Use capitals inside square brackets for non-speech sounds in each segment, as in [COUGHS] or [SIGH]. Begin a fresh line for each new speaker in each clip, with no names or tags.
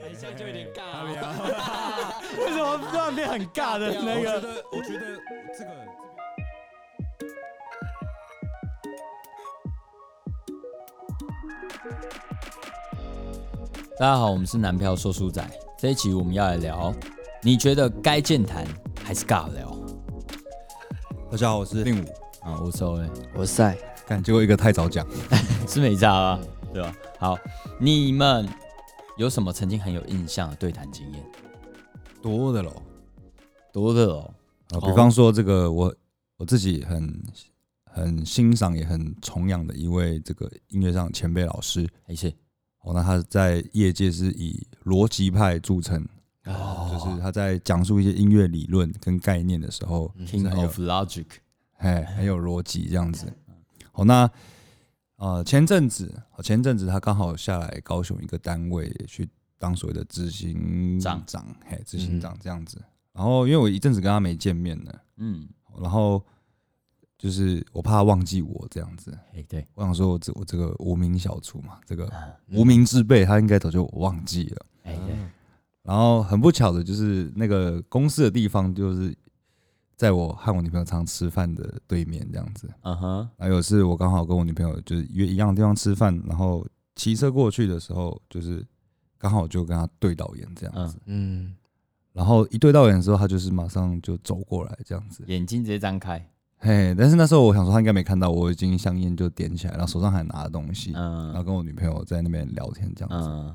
哎这样就有点尬
阿
哦。
[LAUGHS] 为什么突然变很尬的那
我觉
个？
得，我觉得这个这边
大家好，我们是南漂说书仔。这一期我们要来聊，你觉得该健谈还是尬聊
大家好，我是令武。
啊？无所谓，
我塞，
感结果一个太早讲，
是没差啊，对吧？好，你们有什么曾经很有印象的对谈经验？
多的喽。
多的哦，
啊，
哦
比方说这个我我自己很很欣赏也很崇仰的一位这个音乐上的前辈老师
还是
哦，那他在业界是以逻辑派著称，
哦
就是他在讲述一些音乐理论跟概念的时候，
King
是很有
of Logic
哎，很有逻辑这样子。好，那呃前阵子，前阵子他刚好下来高雄一个单位去当所谓的执行
长
长，嘿，执行长这样子。然后因为我一阵子跟他没见面了。
嗯。
然后就是我怕他忘记我这样子，
哎，对，
我想说我这我这个无名小卒嘛，这个无名之辈，他应该早就忘记了。
哎对，
然后很不巧的就是那个公司的地方就是在我和我女朋友常吃饭的对面这样子。
嗯哼，
然后有一次我刚好跟我女朋友就是约一样的地方吃饭，然后骑车过去的时候，就是刚好就跟他对到眼这样子。
嗯，
嗯，
然后一对到眼的时候，他就是马上就走过来这样子。
眼睛直接张开，
嘿，但是那时候我想说他应该没看到，我已经香烟就点起来，然后手上还拿着东西，然后
嗯
跟我女朋友在那边聊天这样子，
嗯，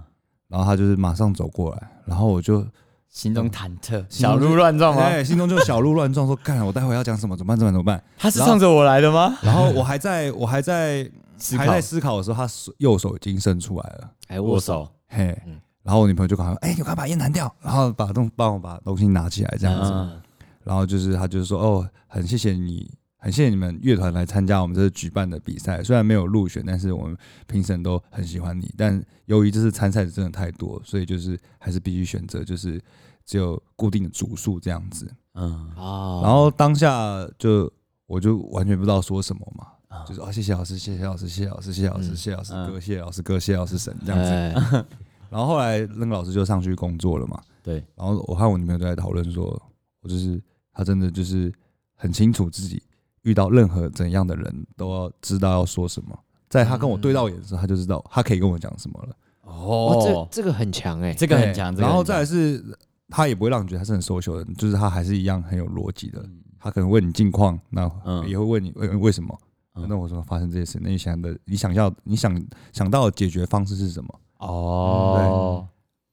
然后他就是马上走过来，然后我就
心中忐忑，
心中
小
就
鹿乱撞吗？
哎心中就小鹿乱撞，说干，我待会要讲什么，怎么办？怎么办？怎么办？
他是
然后
冲着我来的吗？
然后我还在我还在
思
还
考
在思考哎的时候，他手右手已经伸出来了，
还
握
握手，
手，
嘿
嗯，
然后我女朋友就赶快，哎，你赶快把烟弹掉，然后把东帮我把东西拿起来这样子，
嗯
然后就是他就是说，哦，很谢谢你，很谢谢你们乐团来参加我们这次举办的比赛。虽然没有入选，但是我们评审都很喜欢你。但由于这次参赛者真的太多，所以就是还是必须选择就是只有固定的组数这样子。
嗯，
哦，
然后当下就我就完全不知道说什么嘛，
啊
就是哦，谢谢老师，谢谢老师，谢谢老师，谢谢老师，
嗯
谢谢老师
嗯
哥，谢谢老师哥，谢谢老师神这样子。
哎，
然后后来那个老师就上去工作了嘛。
对，
然后我和我女朋友都在讨论说，我就是他真的就是很清楚自己遇到任何怎样的人都要知道要说什么。在他跟我对到眼的时候，他就知道他可以跟我讲什么
嗯
了。
哦
哦，，
这这个很强哎，
这个很强，这个
然后
很强
再来是，他也不会让你觉得他是很 social 的人，就是他还是一样很有逻辑的。他可能问你近况，那
嗯
也会问你为为什么。
嗯
那我怎么发生这些事？那你想的，你想要，你想想到的解决方式是什么？嗯
哦，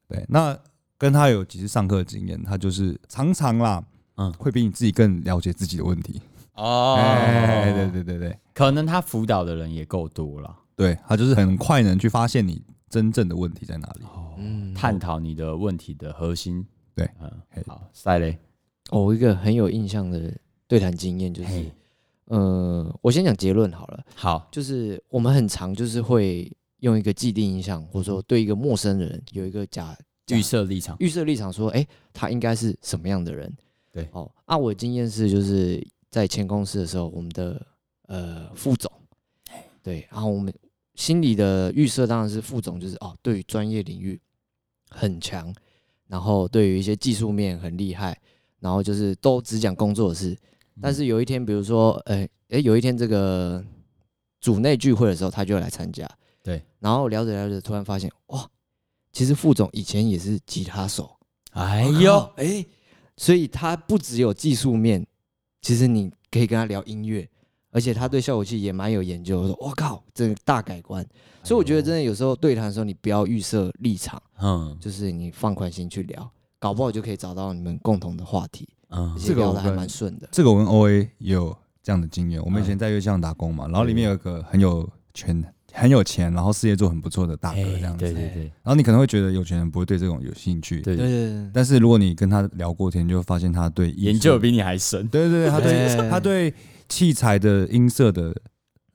对，那跟他有几次上课的经验，他就是常常啦，
嗯
嗯，会比你自己更了解自己的问题。
哦
哎，对，对对对
可能他辅导的人也够多了，
对，他就是很快能去发现你真正的问题在哪里。
嗯，
探讨你的问题的核心。
哦对，
嗯
嘿，
好，赛雷，
哦，我一个很有印象的对谈经验就是
嘿，
呃，我先讲结论好了，
好，
就是我们很常就是会用一个既定印象，或者说对一个陌生人有一个假假
预设立场，
预设立场说，哎、他应该是什么样的人？
对
哦，啊，我的经验是就是在前公司的时候，我们的呃副总，对，然后我们心里的预设当然是副总就是哦，对于专业领域很强，然后对于一些技术面很厉害，然后就是都只讲工作的事。
嗯
但是有一天，比如说，哎、诶哎、有一天这个组内聚会的时候，他就来参加，
对，
然后聊着聊着，突然发现哇，其实副总以前也是吉他手。
哎
哎呦
呦，，
哎、所以他不只有技术面，其实你可以跟他聊音乐，而且他对效果器也蛮有研究。我说，我靠，这个大改观。
哎
所以我觉得真的有时候对谈的时候，你不要预设立场，
嗯
就是你放宽心去聊，搞不好就可以找到你们共同的话题，而
嗯
且
这个
聊
我
的还
跟
蛮顺的。
这个我跟 O A 也有这样的经验。我
嗯
们以前在月巷打工嘛，然后里面有一个很有权、很有钱，然后事业做很不错的大哥
嘿
这样子。
哎对对对
然后你可能会觉得有钱人不会对这种有兴趣，
对
对
对，
对对
但是如果你跟他聊过天，就会发现他对艺术
研究比你还深，
对对对，他对
对
他对器材的音色的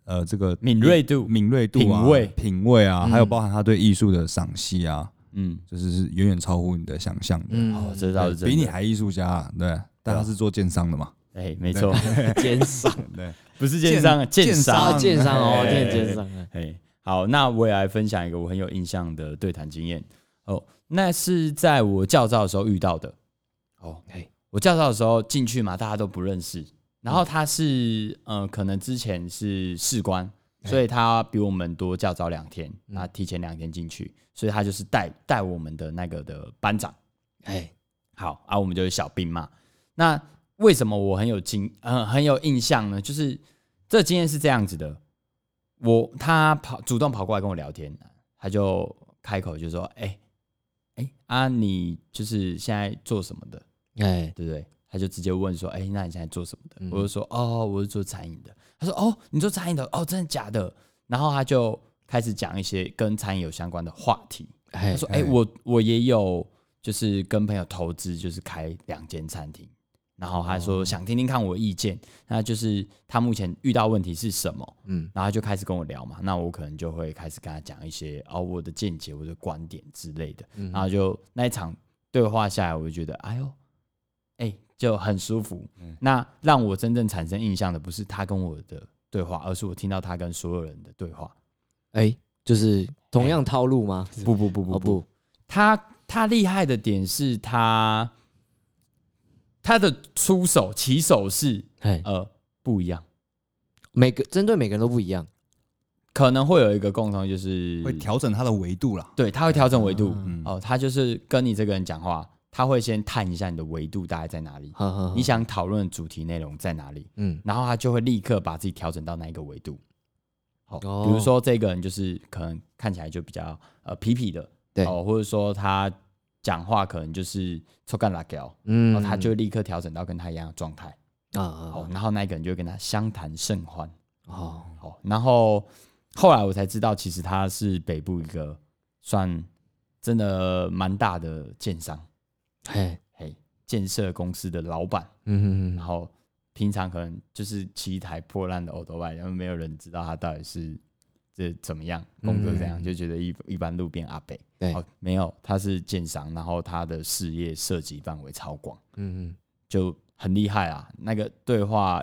呃这个
敏锐度，
敏锐度啊、
品味
品味啊，
嗯
还有包含他对艺术的赏析啊，
嗯，
就是是远远超乎你的想象的。
嗯，
哦，这倒是真
对
的
比你还艺术家、啊，对，但他是做建商的嘛，
哎，没 [LAUGHS] 错，
奸商
对，
不是奸商，
奸
奸
商
商
啊，，奸商哦，
哎
真的奸商啊。
哎，好，那我也来分享一个我很有印象的对谈经验。哦，那是在我教照的时候遇到的。
哦，嘿，
我驾照的时候进去嘛，大家都不认识。然后他是，嗯、可能之前是士官，
哎
所以他比我们多驾照两天，
嗯
他提前两天进去，所以他就是带带我们的那个的班长。
哎，
好啊，我们就是小兵嘛。那为什么我很有经，呃，很有印象呢？就是这经验是这样子的，我他跑主动跑过来跟我聊天，他就开口就说：“哎、哎、啊，你就是现在做什么的？”
哎，
对不对？他就直接问说：“哎、那你现在做什么的？”
嗯
我就说：“哦，我是做餐饮的。”他说：“哦，你做餐饮的？哦，真的假的？”然后他就开始讲一些跟餐饮有相关的话题。
哎
他，说：“哎、
哎
我我也有，就是跟朋友投资，就是开两间餐厅。”然后他
哦
说想听听看我的意见，那就是他目前遇到问题是什么，
嗯，
然后他就开始跟我聊嘛，那我可能就会开始跟他讲一些哦我的见解、我的观点之类的，
嗯
然后就那一场对话下来，我就觉得哎呦，哎、就很舒服。那让我真正产生印象的不是他跟我的对话，而是我听到他跟所有人的对话。
哎，就是同样套路吗？
不不哎不不
哦
不，
不，
他他厉害的点是他他的出手起手是
哎，
呃不一样，
每个针对每个人都不一样，
可能会有一个共同就是
会调整它的维度啦。
对，他会调整维度。
嗯
哦，他就是跟你这个人讲话，他会先探一下你的维度大概在哪里，
哦
呵呵，呵
你，想讨论的主题内容在哪里，
嗯，
然后他就会立刻把自己调整到那一个维度。好、
哦
比如说这个人就是可能看起来就比较呃痞痞的，
对
哦，或者说他讲话可能就是臭干辣椒，
嗯，
然后他就会立刻调整到跟他一样的状态。
啊
哦
啊，
然后那一个人就会跟他相谈甚欢。
啊哦，
好，然后后来我才知道，其实他是北部一个算真的蛮大的建商，
嘿，
嘿，建设公司的老板。
嗯嗯
然
嗯，
后平常可能就是骑一台破烂的 o l d b i k 然后没有人知道他到底是这怎么样工作怎样，
嗯
就觉得一一般路边阿北。
对
哦，没有，他是建商，然后他的事业涉及范围超广，
嗯嗯，
就很厉害啊。那个对话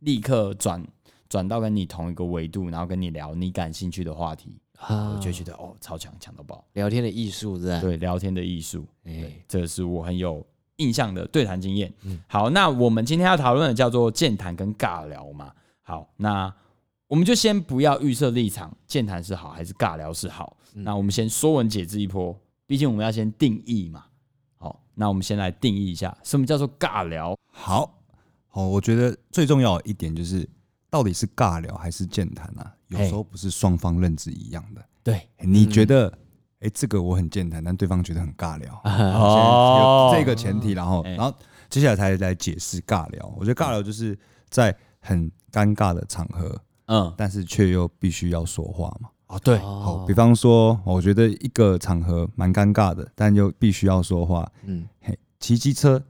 立刻转转到跟你同一个维度，然后跟你聊你感兴趣的话题，
啊嗯
我就觉得哦，超强，强到爆。
聊天的艺术是吧？，
对，聊天的艺术，对
哎，，
这是我很有印象的对谈经验。
嗯
好，那我们今天要讨论的叫做健谈跟尬聊嘛。好，那我们就先不要预设立场，健谈是好还是尬聊是好？
嗯
那我们先说文解字一波，毕竟我们要先定义嘛。好，那我们先来定义一下，什么叫做尬聊？
好，好，我觉得最重要的一点就是，到底是尬聊还是健谈啊？有时候不是双方认知一样的。
对，
欸你觉得，哎、这个我很健谈，但对方觉得很尬聊。
啊哦
先有这个前提，然后，
哎
然后接下来才来解释尬聊。我觉得尬聊就是在很尴尬的场合，
嗯，
但是却又必须要说话嘛。
哦，对，
好，
哦
比，方说，哦我觉得一个场合蛮尴尬的，但又必须要说话。
嗯，
嘿，骑机车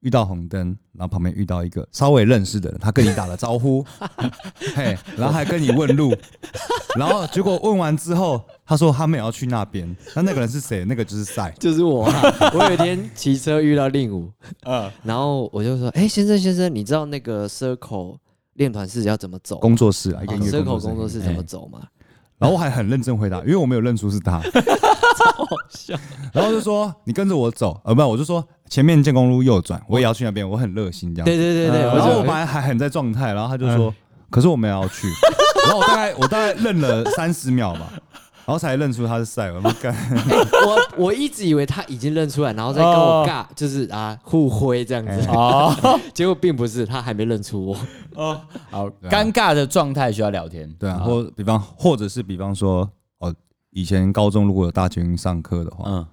遇到红灯，然后旁边遇到一个稍微认识的人，他跟你打了
[LAUGHS]
招呼，嘿，然后还跟你问路，然后结果问完之后，他说他们也要去那边，那那个人是谁？那个就是赛。
就是我啊， [LAUGHS] 我有一天骑车遇到
[LAUGHS]
令武，
嗯，
然后我就说，哎，先生先生，你知道那个 circle 练团是要怎么走？
工作室啊，一个音乐
哦
工
circle 工作
作
室
室。哎
怎么走吗？
然后我还很认真回答，因为我没有认出是
[LAUGHS]
他。然后就说你跟着我走，呃，不，我就说前面建工路右转，我也要去那边，我很热心这样。
哦对对对对，
然
就
后我本来还很在状态，然后他就
嗯
说：“可是我没有要去。” [LAUGHS] 然后我大概我大概愣了三十秒吧，然后才认出他是赛文。我
[LAUGHS]
说干，
我我一直以为他已经认出来，然后再跟我尬，
哦
就是啊互挥这样子。
哎
哦
结果并不是，他还没认出我。
哦， [LAUGHS] 好，
啊
尴尬的状态需要聊天，
对啊，或比方或者是比方说哦，以前高中如果有大捷运上课的话，
嗯，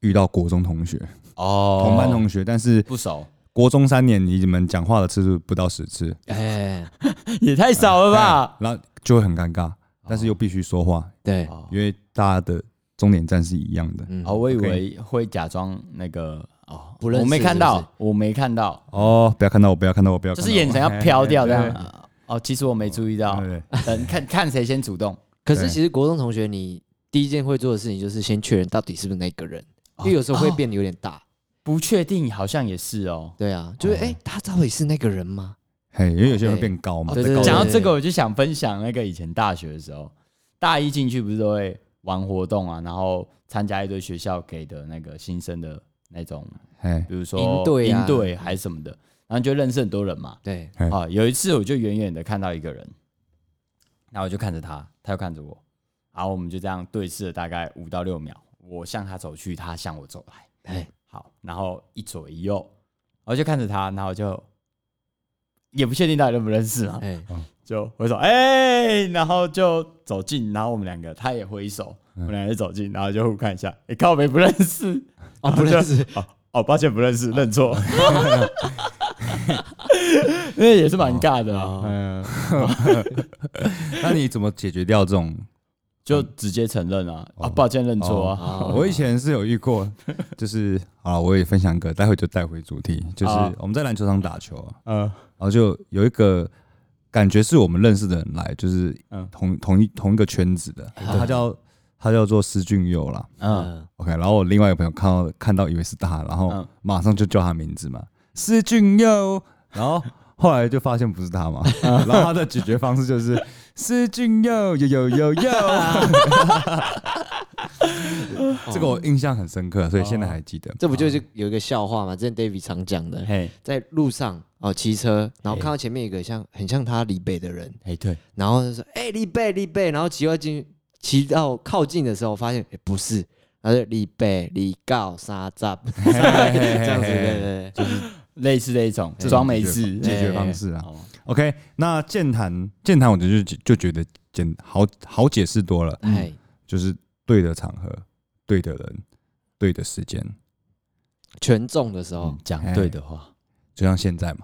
遇到国中同学、
哦，
同班同学，但是
不熟，
国中三年你们讲话的次数不到十次，
哎，
[LAUGHS] 也太少了吧？
哎然后就会很尴尬，但是又必须说话，
对，
哦
因为大家的终点站是一样的。
嗯，
哦，我以为会假装那个哦，
不认识
我没看
是不
到，我没看到，
哦，不要看到我，不要看到我，不要
就
看到我，
是眼神要飘掉这
哎哎哎
样。哦，其实我没注意到
对，对
等看看谁先主动。
可是
对
其实国中同学，你第一件会做的事情就是先确认到底是不是那个人，
哦
因为有时候会变得有点大。
不确定，好像也是哦。
对啊，就是哎，他到底是那个人吗？
嘿，因为有些人会变高嘛，
对对
在高
对
哦讲
中
到这个，我就想分享那个以前大学的时候，大一进去不是都会玩活动啊，然后参加一堆学校给的那个新生的那种，
哎
比如说
营队啊
营队还是什么的，然后就认识很多人嘛。
对，
哎
啊，有一次我就远远的看到一个人，然后我就看着他，他又看着我，然后我们就这样对视了大概五到六秒，我向他走去，他向我走来， [LAUGHS]
哎，
好，然后一左一右，我就看着他，然后我就也不确定到底认不认识啊，
哎，
就挥手，哎、然后就走近，然后我们两个他也挥手，我们两个就走近，然后就互看一下，哎、靠北不认识，
哦，不认识，
哦哦，抱歉不认识，认错， [LAUGHS] 那也是蛮尬的啊，嗯，
那你怎么解决掉这
[LAUGHS]
种？
就直接承认啊，啊，抱歉认错啊， [LAUGHS]
哦
我以前是有遇过，就是啊，我也分享个，待会就带回主题，就是
好
我们在篮球场打球啊，
嗯
然后就有一个感觉是我们认识的人来，就是
嗯啊
同同一同一个圈子的，他叫他叫做施俊佑啦。
嗯，
嗯，
OK，然后我另外一个朋友看到看到以为是他，然后
嗯
马上就叫他名字嘛，施俊佑，然后。后来就发现不是
[LAUGHS]
他嘛，然后他的解决方式就是施俊佑有有
[LAUGHS]
有有，这个我印象很深刻，所以现
哦
在还记得。
这不就是有一个笑话嘛？之前 David 常讲的，
嘿，
在路上哦骑车，然后
嘿
看到前面有个像很像他李北的人，
哎对，
然后就说：“哎、李贝，李贝。”然后骑到近，骑到靠近的时候，发现、哎不是，然后就李贝、李告、沙扎，这样子，对对对，
类似这一种
这种
装没
解决
事，
解决
哎
方式啊。
哦
OK，那健谈健谈，我就就就觉得简好好解释多了，
哎，
就是对的场合、对的人、对的时间，
权重的时候
嗯，讲对的话
就像现在嘛。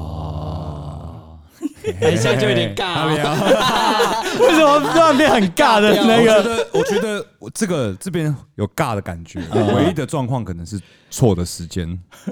哦。
哎，现在就有点
[LAUGHS] 阿
尬、
没
哦。
有，
为什么让你很尬的那
我觉
个？
得我觉得我这个这边有尬的感觉，唯一的状况可能是错的时间，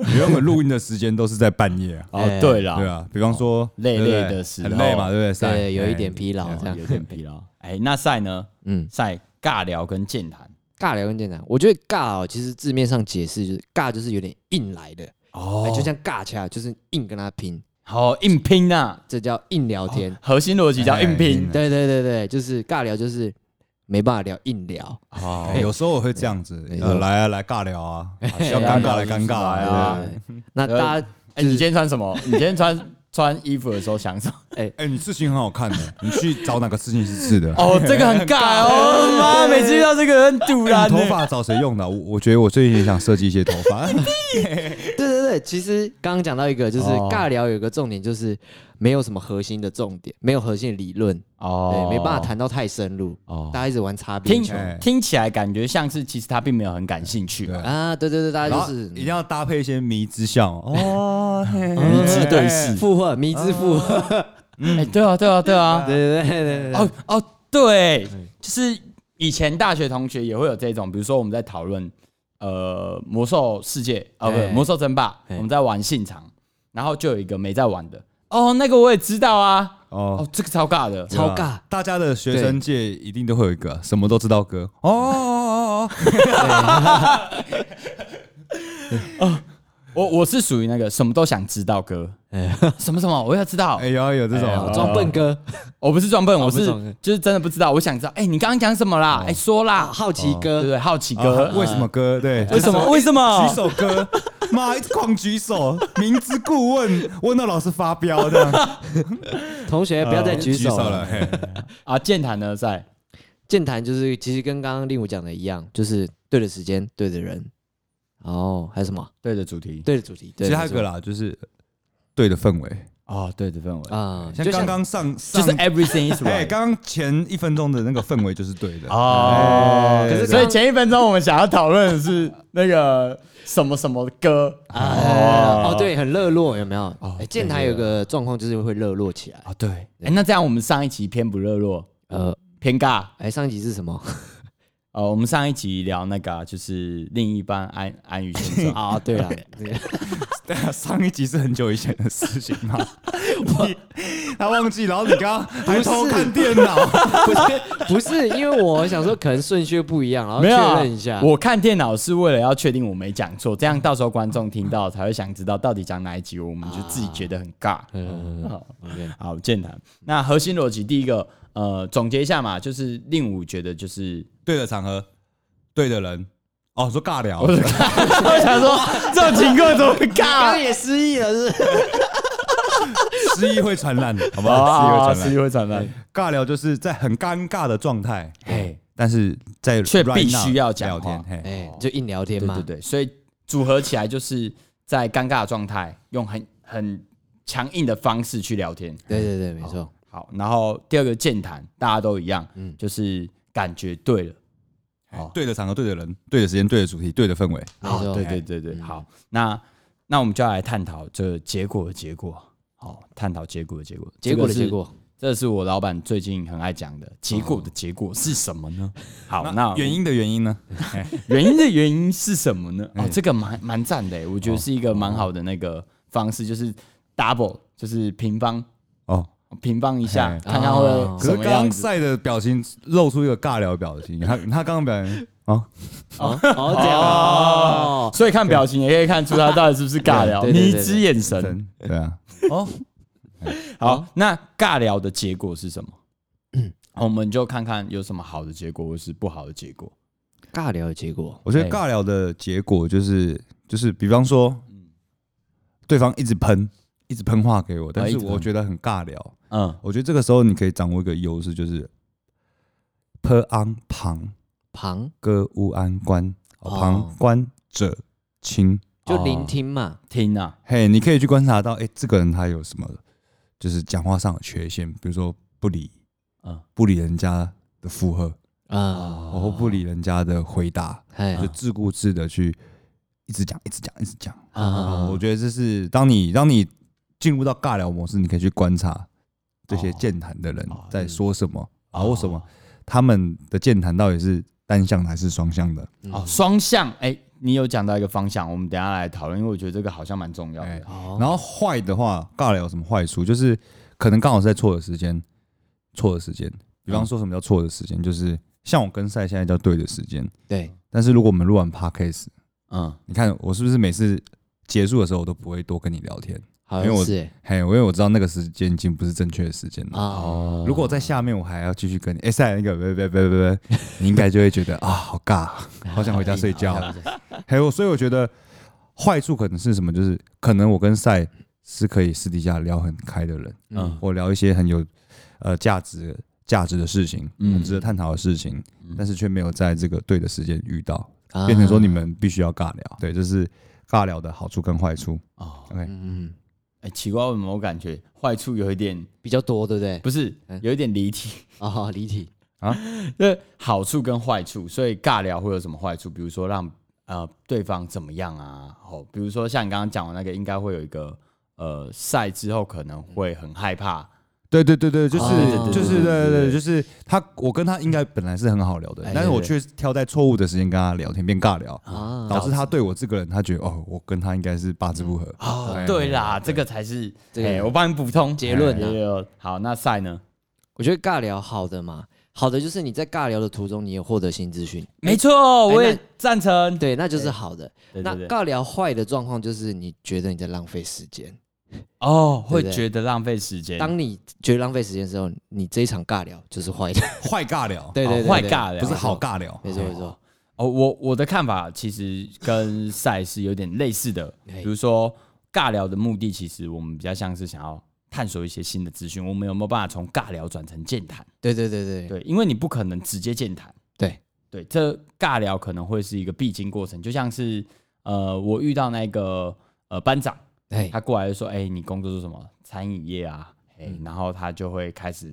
因为我们录音的时间都是在半夜啊。
哦，对了，
对啊，比方说
累
对不对
累的时候
很累嘛，对不对晒？
对，有一点
哎
疲劳这
哦，
样。
有点疲劳。哎，那赛呢？
嗯，
赛尬聊跟健谈
[LAUGHS] 尬聊很简单，我觉得尬哦，其实字面上解释就是尬，就是有点硬来的，哎
哦
就像尬起来，就是硬跟他拼，
好硬拼呐，
这叫硬聊天。
核心逻辑叫硬拼
哎。
对对对对，就是尬聊，就是没办法聊，硬聊。
哦
哎有时候我会这样子
没，错
呃，来啊来尬聊啊，啊需要
哎
尴尬
聊
来
就
尴
是
尬
来
来
哎
啊
啊。
对，那大家
哎，你今天穿什么？你今天穿 [LAUGHS] 穿衣服的时候想什么？
哎、你刺青很好看的、你去找哪个刺青师刺 [LAUGHS] 的？
哦，这个很尬 [LAUGHS] 哦，妈，每次遇到这个很堵
哎
然
你头
呢。
发找谁用的啊、我我觉得我最近也想设计一些头发。 [LAUGHS]
对对对，其实刚刚讲到一个，就是
哦
尬聊有一个重点，就是没有什么核心的重点，没有核心的理论，
哦
对，哎没办法。谈到太深入，
哦
大，家一直玩擦边
听
球
哎
听起来感觉像是，其实他并没有很感兴趣。哎
对
啊，对对对，大
然
家
后
就是嗯
一定要搭配一些迷之笑哦，嘿嘿
迷之
哎
对视
附和迷之附和，
哎，对啊，对啊，对啊。
对对对对对对，
哦哦，对，就是以前大学同学也会有这种，比如说我们在讨论呃魔兽世界啊，不是
哎
魔兽争霸，
哎
我们在玩信长，然后就有一个没在玩的，哦，那个我也知道啊，
哦
哦，，这个超尬的，
超
对
尬
啊。大家的学生界一定都会有一个什么都知道哥哦哦哦哦，
我我是属于那个什么都想知道哥，什么什么我要知道 [LAUGHS]
哎，有有这种啊
哎
哦装笨哥，
我不是装笨，我
不
是
是装笨
就是真的不知道，我想知道，哎，你刚刚讲什么啦？哎，说啦，
好奇
对不
哥，
对？好奇
哥哦
哥，
为什么哥？对，
[LAUGHS] 为什么？为什么？
举手哥，妈一直狂举手，明知故问，问到老师发飙这样，嗯
同学不要再举手
哦了，
了。
嘿
[LAUGHS] 啊？健谈呢在
健谈就是其实跟刚刚令武讲的一样，就是对的时间，对的人，哦，还有什么
对的主题
对的主题，
嗯其
对
实
的
还有一个
主题
啦，就是对的氛围，
哦，对的氛围。
啊，
像
就
刚刚上
就
上
是 everything is
哎，
right，
刚刚前一分钟的那个氛围就是对
[LAUGHS]
的。
哦，
哎可是
所以
刚
前一分钟我们想要讨论的是那个什么什么歌
哦，对，很热络，有没有？
哦
哎，健谈有个状况就是会热络起来。
啊对，哎那这样我们上一集偏不热络，
呃，
偏尬。
哎，上一集是什么？
呃，我们上一集聊那个啊就是另一半安安于现 [LAUGHS] 状啊，
对 [LAUGHS] 了，对
[LAUGHS] 对啊，上一集是很久以前的事情
[LAUGHS]
嘛，你 [LAUGHS] 他忘记，然后你刚刚还偷看电脑，
不是不是，因为我想说可能顺序不一样，然后
没
确
有啊
认一下。
我看电脑是为了要确定我没讲错，这样到时候观众听到才会想知道到底讲哪一集，我们就自己觉得很尬。
嗯，
好
嗯嗯
好，健谈。那核心逻辑第一个，呃，总结一下嘛，就是令武觉得就是
对的场合，对的人。哦，说尬聊，
我想说这种情况怎么会
[LAUGHS]
[LAUGHS] 尬？
也失忆了，是
失忆会传染的，好
[LAUGHS]
不
啊
好？失忆会传
失忆
染。
会传染，
尬聊就是在很尴尬的状态，
哎
嘿，
但是在
却
right
必
now
须要讲
聊
话
天。嘿，
哎，就硬聊天
对
嘛，
对对，所以组合起来就是在尴尬的状态，用很很强硬的方式去聊天。
对对对，没错，
好，然后第二个健谈，大家都一样，
嗯
就是感觉对了。好
对的场合，对的人，对的时间，对的主题，对的氛围。
没
好，
错
哦对对对对，
嗯
好，那那我们就要来探讨这个结果的结果。好，探讨结果的结果，
结果的
这个是
结，果，
这是我老板最近很爱讲的。结果的结果是什么
[LAUGHS]
呢？好，那
原因的原因呢？
[LAUGHS] 原因的原因是什么呢？哦
哎，
这个蛮蛮赞的欸，我觉得是一个蛮好的那个方式，就是 double，就是平方
哦，
平方一下
哎，
看看会
哦
可
什
是啊
么
刚
样
刚
子。
赛的表情露出一个尬聊的表情，他他刚刚
[LAUGHS]
表情哦，
哦，哦这样哦，
所以看表情也可以看出他到底是不是尬聊，
对对对
迷
对
之眼神。
真对啊，
哦，好，那尬聊的结果是什么？
嗯
我们就看看有什么好的结果，或是不好的结果。
尬聊的结果，
我觉得
哎
尬聊的结果就是就是，比方说，对方一直喷，一直喷话给我，但
哦一
是
直喷
我觉得很尬聊。
嗯，
我觉得这个时候你可以掌握一个优势，就是per on 旁
旁
歌乌安观哦
哦
旁观者清。
就聆听嘛，
听啊，
嘿，你可以去观察到，哎、这个人他有什么，就是讲话上有缺陷，比如说不理，
嗯哦
不理人家的附和，
啊，
然后不理人家的回答，
哎
嗯
就自顾自的去一直讲，一直讲，一直讲。
嗯
啊
我觉得这是当你当你进入到尬聊模式，你可以去观察这些
哦
健谈的人
哦
在
嗯
说什么，啊，为什么他们的健谈到底是单向的还是双向的？
哦，双向，哎，你有讲到一个方向，我们等一下来讨论，因为我觉得这个好像蛮重要
哎
的。
哦，
然后坏的话，尬聊有什么坏处？就是可能刚好是在错的时间，错的时间。比方说什么叫错的时间，就是像我跟赛现在叫对的时间，
对，
但是如果我们录完 podcast，
嗯，
你看我是不是每次结束的时候我都不会多跟你聊天？因
好
为
像
我
是哎
嘿，我因为我知道那个时间已经不是正确的时间了。
啊，
如果在下面我还要继续跟你，哎，赛那个，别别别别别，你应该就会觉得啊，好尬，好想回家睡
[LAUGHS]
觉。还有，所以我觉得坏处可能是什么？就是可能我跟赛是可以私底下聊很开的人，
嗯
我聊一些很有呃价值价值的事情，
嗯
很值得探讨的事情，
嗯
但是却没有在这个对的时间遇到，
啊
变成说你，们必须要尬聊。对，这是尬聊的好处跟坏处。
哦，
OK，
嗯，嗯
哎，奇怪，为什么我感觉坏处有一点
比较多，对不对？
不是
嗯
有一点离题？
哦，离体，
那好处跟坏处，所以尬聊会有什么坏处？比如说让呃对方怎么样啊？哦，比如说像你刚刚讲的那个，应该会有一个呃赛之后可能会很害怕，
对对对对，就是、
哦
就是
对对
对对
对
对，就是他，我跟他应该本来是很好聊的
哎，
但是我
对
却挑在错误的时间跟他聊天，变尬聊。
啊
嗯导致他对我这个人，他觉得哦，我跟他应该是八字不合。
哦
哎
对啦，这个才是
这个
哎我帮你补充
结论啊
啊。好，那赛呢？
我觉得尬聊好的嘛，好的就是你在尬聊的途中，你也获得新资讯，
没错，
哎
我
那
也赞成。哎
对，那就是好的。
对
那
对对，
尬聊坏的状况就是你觉得你在浪费时间，
哦，会
对不对
觉得浪费时间，
当你觉得浪费时间的时候，你这一场尬聊就是坏的。
坏尬聊，
[LAUGHS] 对对对，
哦坏
对
尬聊
不是好，尬聊。
没错没错。
哦，我我的看法其实跟赛是有点类似的，
哎
比如说尬聊的目的，其实我们比较像是想要探索一些新的资讯，我们有没有办法从尬聊转成健谈？
对对对对
对，因为你不可能直接健谈，
对
对，这尬聊可能会是一个必经过程，就像是呃，我遇到那个呃班长，
哎
他过来就说：“哎、你工作是什么？餐饮业啊。哎，然后他就会开始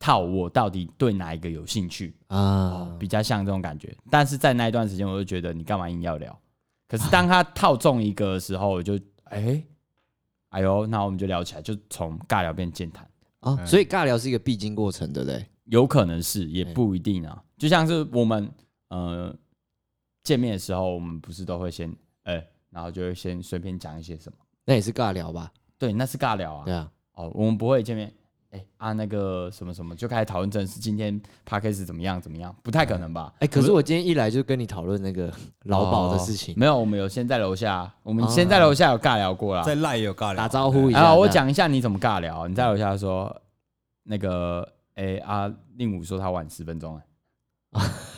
套我到底对哪一个有兴趣。
啊，
哦比较像这种感觉。但是在那一段时间，我就觉得你干嘛硬要聊？可是当他套中一个的时候，我就哎、哎呦，那我们就聊起来，就从尬聊变健谈，
啊，所以尬聊是一个必经过程，对不对？
有可能是也不一定啊。就像是我们呃见面的时候，我们不是都会先哎、然后就会先随便讲一些什么？
那也是尬聊吧？
对，那是尬聊啊
对。啊，
哦，我们不会见面。哎、啊，那个什么什么，就开始讨论正事，今天 p a c a s e 怎么样怎么样？不太可能吧？
哎，可是我今天一来就跟你讨论那个劳保的事情，
哦没有，我们有先在楼下，我们先在楼下有尬聊过啦。
在赖也有尬聊，
打招呼一
然
下。
后我
那，
讲一下你怎么尬聊，你在楼下说那个，哎、哎啊，令武说他晚十分钟
[LAUGHS]
了。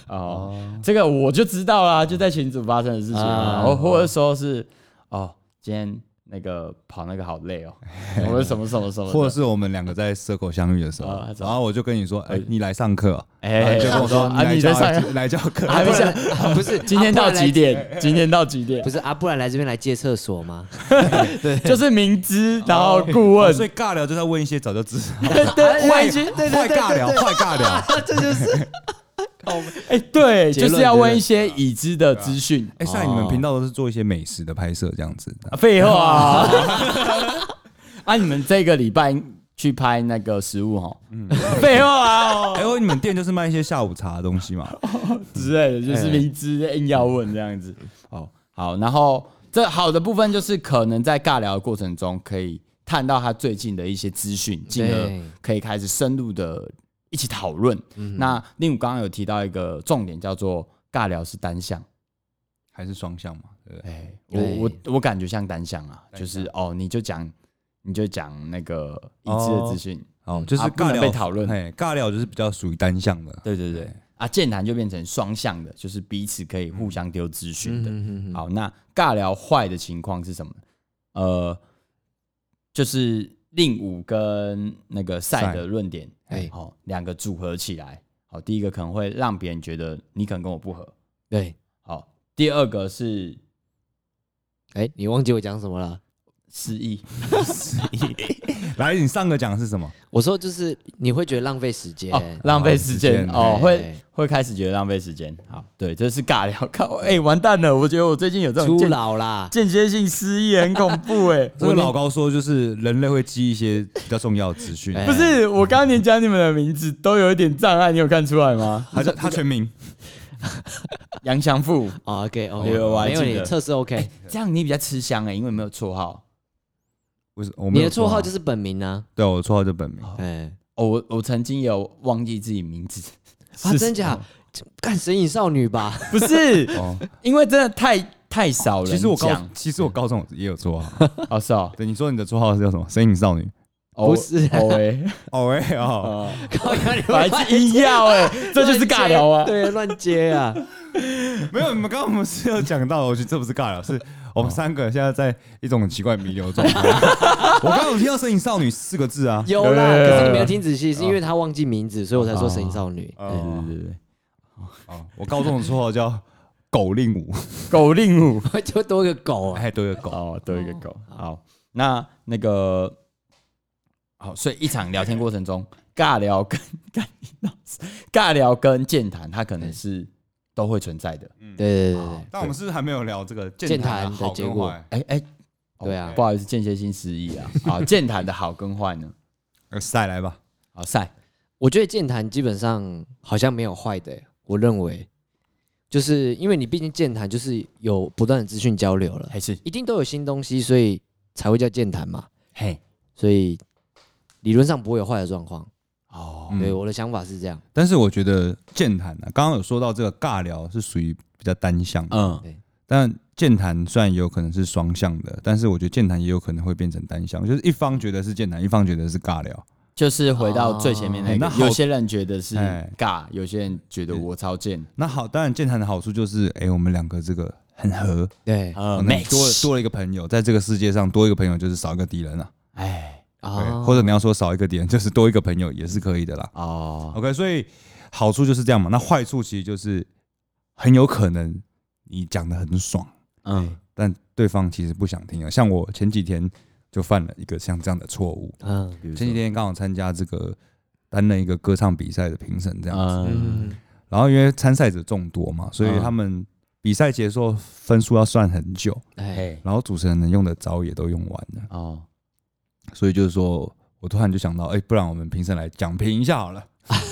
哦，
哦，
这个我就知道啦，就在群组发生的事情啊。
啊
我或者说是哦，今天那个跑那个好累
[LAUGHS]
哦，我者什么什么什么的，
或者是我们两个在 circle 相遇的时候
啊，
然后我就跟你说，哎，你来上课啊，然后
哎，
你就跟我说，
啊，
来
你
教
在上
[LAUGHS] 来教课，
还没下，
啊不是
今天到几？
[LAUGHS]
啊
点？今天到几
不然
点
来不？是啊，不然来这边来借厕
[LAUGHS]
所吗？
就是明知然后顾
哦
问，
所以啊哎尬聊就是要问一些早就知道
[LAUGHS] 对，问一些，
对
坏尬聊，坏尬聊。
啊
[LAUGHS]
[LAUGHS]
这就是
哎，对，
结
就
论
是要问一些已知的资讯。
哎，像你们频道都是做一些美食的拍摄这样子的
啊，废话
[LAUGHS]
啊！啊，你们这个礼拜去拍那个食物哈，
嗯
废话啊哦
哎，我你们店就是卖一些下午茶的东西嘛？
之类的，就是
哎
明知硬要问这样子。哦，好，然后这好的部分就是可能在尬聊的过程中可以探到他最近的一些资讯，进而
对嗯
可以开始深入的一起讨论。那令武刚刚有提到一个重点，叫做尬聊是单向。
还是双向嘛？对不对？
哎，我
对
我我感觉像单向啊，
单向
就是哦，你就讲你就讲那个已知的资讯，
哦，就是
啊不
尬
能
聊
被讨论
哎，尬聊就是比较属于单向的。
对对对，啊，健谈就变成双向的，就是彼此可以互相丢资讯的。
嗯
好，那尬聊坏的情况是什么呢？呃，就是令武跟那个赛
赛
的论点，哎
哎，
好、两个组合起来，好，第一个可能会让别人觉得你可能跟我不合，
对，
好，第二个是
哎，你忘记我讲什么了？
失忆，
来，你上个讲的是什么？
我说就是你会觉得浪费时间，
哦，浪费时间
时间
哦，
对
会会开始觉得浪费时间。好，对，这是尬聊。靠，哎、完蛋了！我觉得我最近有这种
初
间
老啦，
间歇性失忆，很恐 [LAUGHS] 怖哎、
这个
我
老高说，就是人类会记一些比较重要的资讯，？
哎
不是我刚刚连讲你们的名字都有一点障碍，你有看出来吗
他叫他全名，
杨祥富，
哦，OK
有我还
OK，没有
哎记得
你测试 OK，
[LAUGHS] 这样你比较吃香哎、因为没有绰号。
为什么？我没
你
有
的绰号就是是本名啊，
对我的绰号就本名，
哎，
哦，我我曾经也有忘记自己名字，
啊，
[LAUGHS] 是哦
真假？这干神隐少女吧？ [LAUGHS]
不是
哦，
[LAUGHS] 因为真的太太少人
其实我高
讲，
其实我高中也有绰号。
哦是哦，
对，你说你的绰号是叫什么？神隐少女。 [LAUGHS]
[LAUGHS] 哦
不是
哦哎、 [LAUGHS]
哦喂哦，
哦，
靠呀，你
白
乱
痴硬要 [LAUGHS] 哎、这就是尬聊啊。
[LAUGHS] 对，乱
[LAUGHS]
接啊，
没有，你们刚刚我们是有讲到，我觉得这不是尬聊，是我们三个现在在一种奇怪弥留状
[LAUGHS]
态。我刚刚有听到“神隐少女”四个字啊，
有啦，
有有有
可是你没有听仔细，
哦
是因为他忘记名字，所以我才说神隐少女。
对对
哦
对对对，
哦，我高中的绰号叫“狗令武
狗令武。
[LAUGHS] 就多个狗”，啊，
哎，对，狗。
哦，多一个狗。好，那那个好，所以一场聊天过程中，尬聊跟 [LAUGHS] 尬尬聊跟健谈，它可能是都会存在的。
对对对对
但我们是不是还没有聊这个
健谈
的
的
好
结
跟
果
坏？
哎哎，哦
对啊
不好意思，间歇性失忆 [LAUGHS] 啊。好，健谈的好跟坏呢？
呃赛来吧，
好，赛
我觉得健谈基本上好像没有坏的、我认为，就是因为你毕竟健谈就是有不断的资讯交流了，
还是
一定都有新东西，所以才会叫健谈嘛，
嘿
所以理论上不会有坏的状况。
哦
嗯
对，我的想法是这样，
但是我觉得健谈呢、啊，刚刚有说到这个尬聊是属于比较单向的，
嗯
但健谈虽然也有可能是双向的，但是我觉得健谈也有可能会变成单向，就是一方觉得是健谈，一方觉得是尬聊。
就是回到最前面
哦
那
那
个，
好
有些人觉得是
哎
尬，有些人觉得我超贱，
那好，当然健谈的好处就是，哎、我们两个这个很合，
对
呃
可能多了
match
多了一个朋友，在这个世界上多一个朋友就是少一个敌人啊，
哎
对，
啊，
或者你要说少一个敌人就是多一个朋友也是可以的啦。
哦，
OK，所以好处就是这样嘛。那坏处其实就是很有可能你讲的很爽，
嗯，
但对方其实不想听啊。像我前几天就犯了一个像这样的错误。
嗯
比如
前几天刚好参加这个担任一个歌唱比赛的评审这
说
样子，
嗯
嗯，
然后因为参赛者众多嘛，所以他们比赛结束后分数要算很久，
哎，
嘿
然后主持人能用的招也都用完了，
哦，
所以就是说。我突然就想到，哎、不然我们评审来讲评一下好了，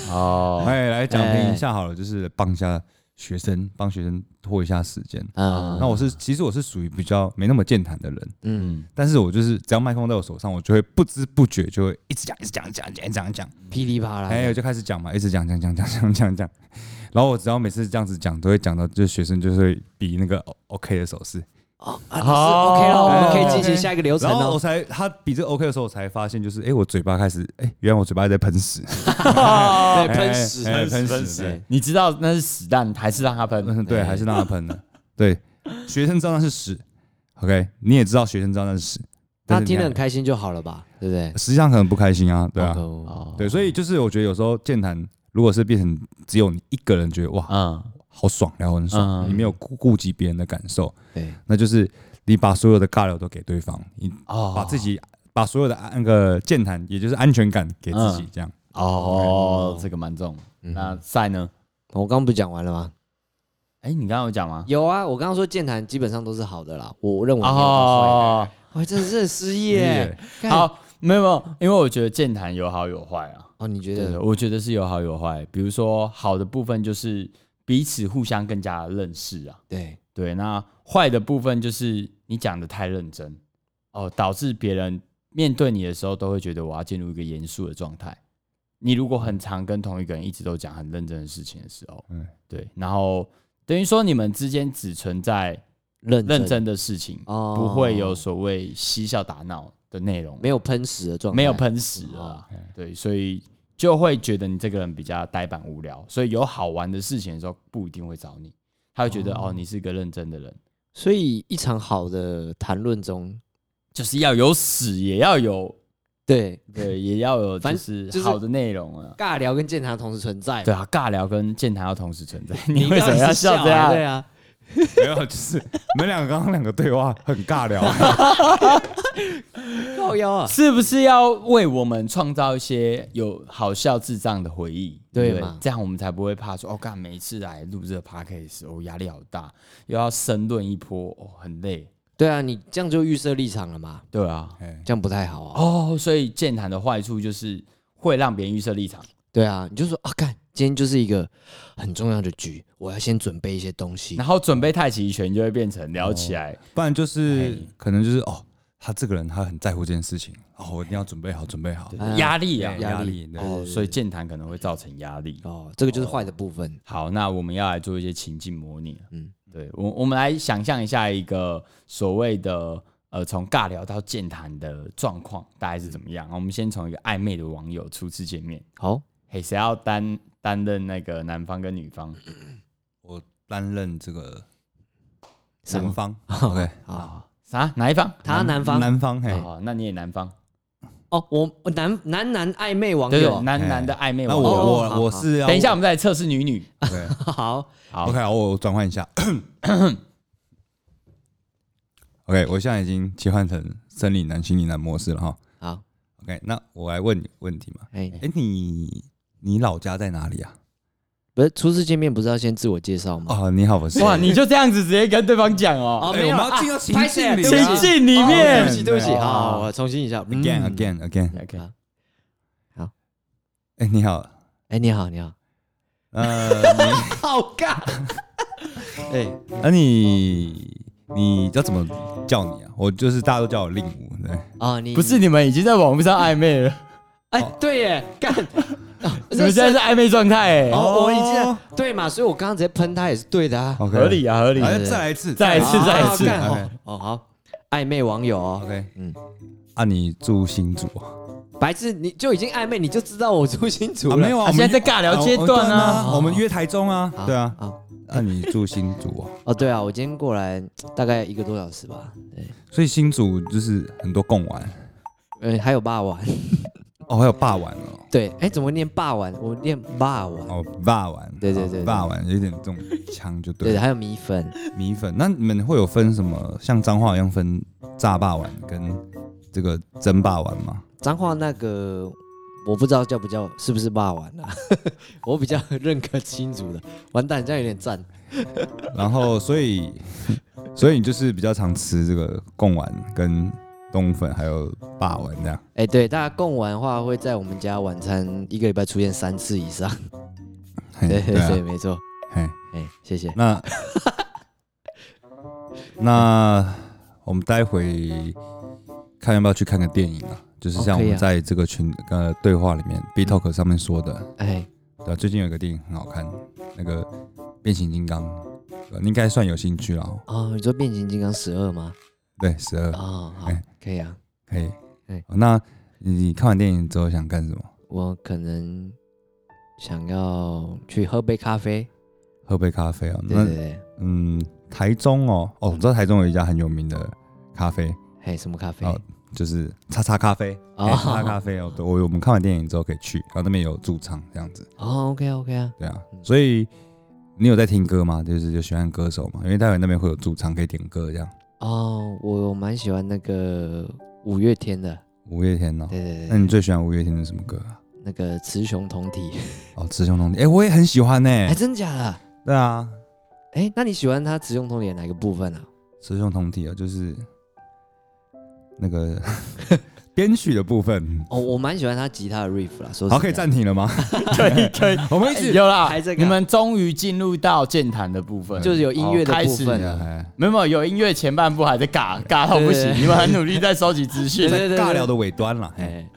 哦，
哎、来讲评一下好了，就是帮一下学生，帮学生拖一下时间。
啊，
那我是其实我是属于比较没那么健谈的人，
嗯，
嗯，
但是我就是只要麦克风在我手上，我就会不知不觉就会一直讲，一直讲，讲讲讲讲，
噼里啪啦，
哎，我就开始讲嘛，一直讲讲讲讲讲讲讲，然后我只要每次这样子讲，都会讲到就是学生就是会比那个 O- OK 的手势，
哦，啊老师
哦
OK 了，我们可以进行
OK，OK
下一个流程
然后我
哦。
才他比这个 OK 的时候，我才发现就是，哎，我嘴巴开始，哎，原来我嘴巴在喷屎，
哦
哎
对，喷屎，
哎
喷
喷
屎
屎，
对
你知道那是屎蛋，还是让它喷？
嗯，对，还是让他喷的。对，学生知道那是屎，OK，你也知道学生知道那是屎，但是你
他听
还
得很开心就好了吧？对
[LAUGHS]
不对？
实际上可能不开心啊，对啊，
哦，
哦，
对，所以就是我觉得有时候健谈，如果是变成只有你一个人觉得哇
嗯，
好爽，然后很爽，
嗯
你没有顾顾及别人的感受，
对，
那就是你把所有的尬聊都给对方，你
哦，
把自己把所有的安那个健谈，也就是安全感给自己
嗯，
这样。
哦，这个蛮重。那赛呢？
我刚刚不讲完了吗？
哎，你刚刚有讲吗？
有啊，我刚刚说健谈基本上都是好的啦，我认为没有到
哦，
坏。我真的是很失业。干，
好，没有没有，因为我觉得健谈有好有坏啊。
哦，你觉
对，
得？
我觉得是有好有坏。比如说好的部分就是彼此互相更加认识啊，
对，
对。那坏的部分就是你讲的太认真哦，导致别人面对你的时候都会觉得我要进入一个严肃的状态。你如果很常跟同一个人一直都讲很认真的事情的时候，
嗯
对，然后等于说你们之间只存在
认
认真的事情，
哦
不会有所谓嬉笑打闹的内容，
没有喷屎的状态，
没有喷屎啊，对，所以就会觉得你这个人比较呆板无聊，所以有好玩的事情的时候不一定会找你，他会觉得哦你是一个认真的人，
所以一场好的谈论中，
就是要有屎，也要
[LAUGHS]
有
对
对，也要有
反
就是
就是
好的内容啊。
尬聊跟健谈同时存在。
对啊，尬聊跟健谈要同时
[LAUGHS]
存在，
你
你为什么
刚
要
刚是
笑
笑
这
啊
样
对？啊，
没有，就是你们两个刚刚两个对话很
[LAUGHS]
尬聊，
靠腰啊，
是不是要为我们创造一些有好笑智障的回忆？
对
不
嘛
这样我们才不会怕说哦，干每一次来录这个 podcast，哦压力好大，又要申论一波，哦很累。
对啊，你这样就预设立场了嘛，
对啊，
哎，
这样不太好啊。
哦，所以健谈的坏处就是会让别人预设立场。
对啊，你就说啊，干，今天就是一个很重要的局，我要先准备一些东西
然。后准备太极拳就会变成聊起来，
不然就是
哎
可能就是哦，他这个人他很在乎这件事情，哦，我一定要准备好，准备好。
哎
压力啊
哎，
压
压
力
力对
哦，所以健谈可能会造成压力。
哦，这个就是坏的部分。
好，那我们要来做一些情境模拟。
嗯
嗯，对我，我们来想象一下一个所谓的呃，从尬聊到健谈的状况大概是怎么样？我们先从一个暧昧的网友初次见面，
好，
嘿，谁要担担任那个男方跟女方？
我担任这个
什么
[LAUGHS]
男方，OK，
好，
啥？哪一啊方？
他男方
男嗯方，嘿，
哦，那你也男方，
哦，我我男男男暧昧网
对
友
对，，男男的暧昧
那
网
我
友。
哦好
我我
好
是要
等一下，我们再来测试女女。
对
[LAUGHS] 好，
[LAUGHS] 好
，OK，好我我转换一下 [COUGHS] ，OK，我现在已经切换成生理男、心理男模式了哈。
好，
OK，那我来问你问题嘛，
哎，
哎，你你老家在哪里啊？
不是初次见面不是要先自我介绍吗？
哦，你好，我是
哇，你就这样子直接跟对方讲哦，
哦，
哎
没有
我
啊，
们要进入情
拍摄
境里
对不
情
起
境里
哦对
面
不起，对不起，
对
好，我重新一下
again
嗯
again again，
OK
好
哎，你好，
哎，你好，你好，
呃，你。 [LAUGHS]
好尬， [LAUGHS] 哎，
那、你你要怎么叫你啊？我就是大家都叫我令武，对，
哦，你
不是，你们已经在网络上暧昧了，
哎，对耶，干，
你们现在是暧昧状态哎，
哦，我已
哦
经对嘛，所以我刚刚直接喷他也是对的啊。
OK 哎
合理啊，合理。
好，再来一次，
再来一次
啊
再一次
干
好
哦哦好，暧昧网友哦，
OK，
嗯
嗯，啊，你住新竹啊？
白痴，你就已经暧昧，你就知道我住新竹了，
没有啊，
啊
我们
现在在尬聊阶段啊
啊，我们约台中啊
好，
对啊，
好
啊，你住新竹啊，
哦，对啊，我今天过来大概一个多小时吧，
所以新竹就是很多贡丸
呃，还有霸王， [LAUGHS]
哦，还有霸丸哦，
对，哎，怎么念霸王？我念霸王，
哦，霸丸，
对对对对
霸丸有点这种腔就对
对，
了，
还有米粉，
米粉。那你们会有分什么像彰化一样分炸霸丸跟这个蒸霸丸吗？
彰化那个。我不知道叫不叫，是不是霸王啊？ [LAUGHS] 我比较认可新竹的，完蛋，这样有点赞。
然后所
[LAUGHS]
以所以你就是比较常吃这个贡丸跟冬粉还有霸丸这样。
哎、对，大家共玩的话，会在我们家晚餐一个礼拜出现三次以上。
嘿
对对
啊
对，没错。
嘿，
哎、谢谢。 [LAUGHS]
那那我们待会看要不要去看个电影啊？就是
哦
像我
可以
们
啊
在这个群呃对话里面 B Talk 上面说的，
哎，
对啊、最近有一个电影很好看，那个变形金刚，呃应该算有兴趣了哦。
哦，你说变形金刚十二吗？
对，十二
哦，好
哎，
可以啊。
可以。
哎
好那你你看完电影之后想干什么？
我可能想要去喝杯咖啡。
喝杯咖啡啊？
对
那
对对，
嗯，台中哦，哦，我知道台中有一家很有名的咖啡，
嘿，什么咖啡？
哦就是叉叉咖啡。
哦
哎叉叉咖啡哦，对我我们看完电影之后可以去，然后那边有驻唱这样子。
哦，OK 啊 OK 啊，
对啊，
嗯
所以你有在听歌吗？就是有喜欢歌手吗？因为待会那边会有驻唱可以点歌这样。
哦，我蛮喜欢那个五月天的，
五月天哦，
对对
那
对，
你最喜欢五月天的什么歌啊？
那个雌雄同体，
哦，雌雄同体，哎，我也很喜欢呢、
哎，真假的？
对啊，
哎，那你喜欢他雌雄同体的哪个部分啊？
雌雄同体啊，就是那个
[LAUGHS]
编曲的部分。
哦，我蛮喜欢他吉他的 riff 啦，说
好，
实
可以
在
暂停了吗？
[LAUGHS] 可以可以，
我们一直
有啦
还在，干
你们终于进入到健谈的部分，
就是有音乐的
哦开
部
始
分
了
啊，
哎
没有没有有音乐前半部还在尬尬到不
对
行，
对
你们很努力在收集资讯
[LAUGHS]
对对对
尬聊的尾端了。哎，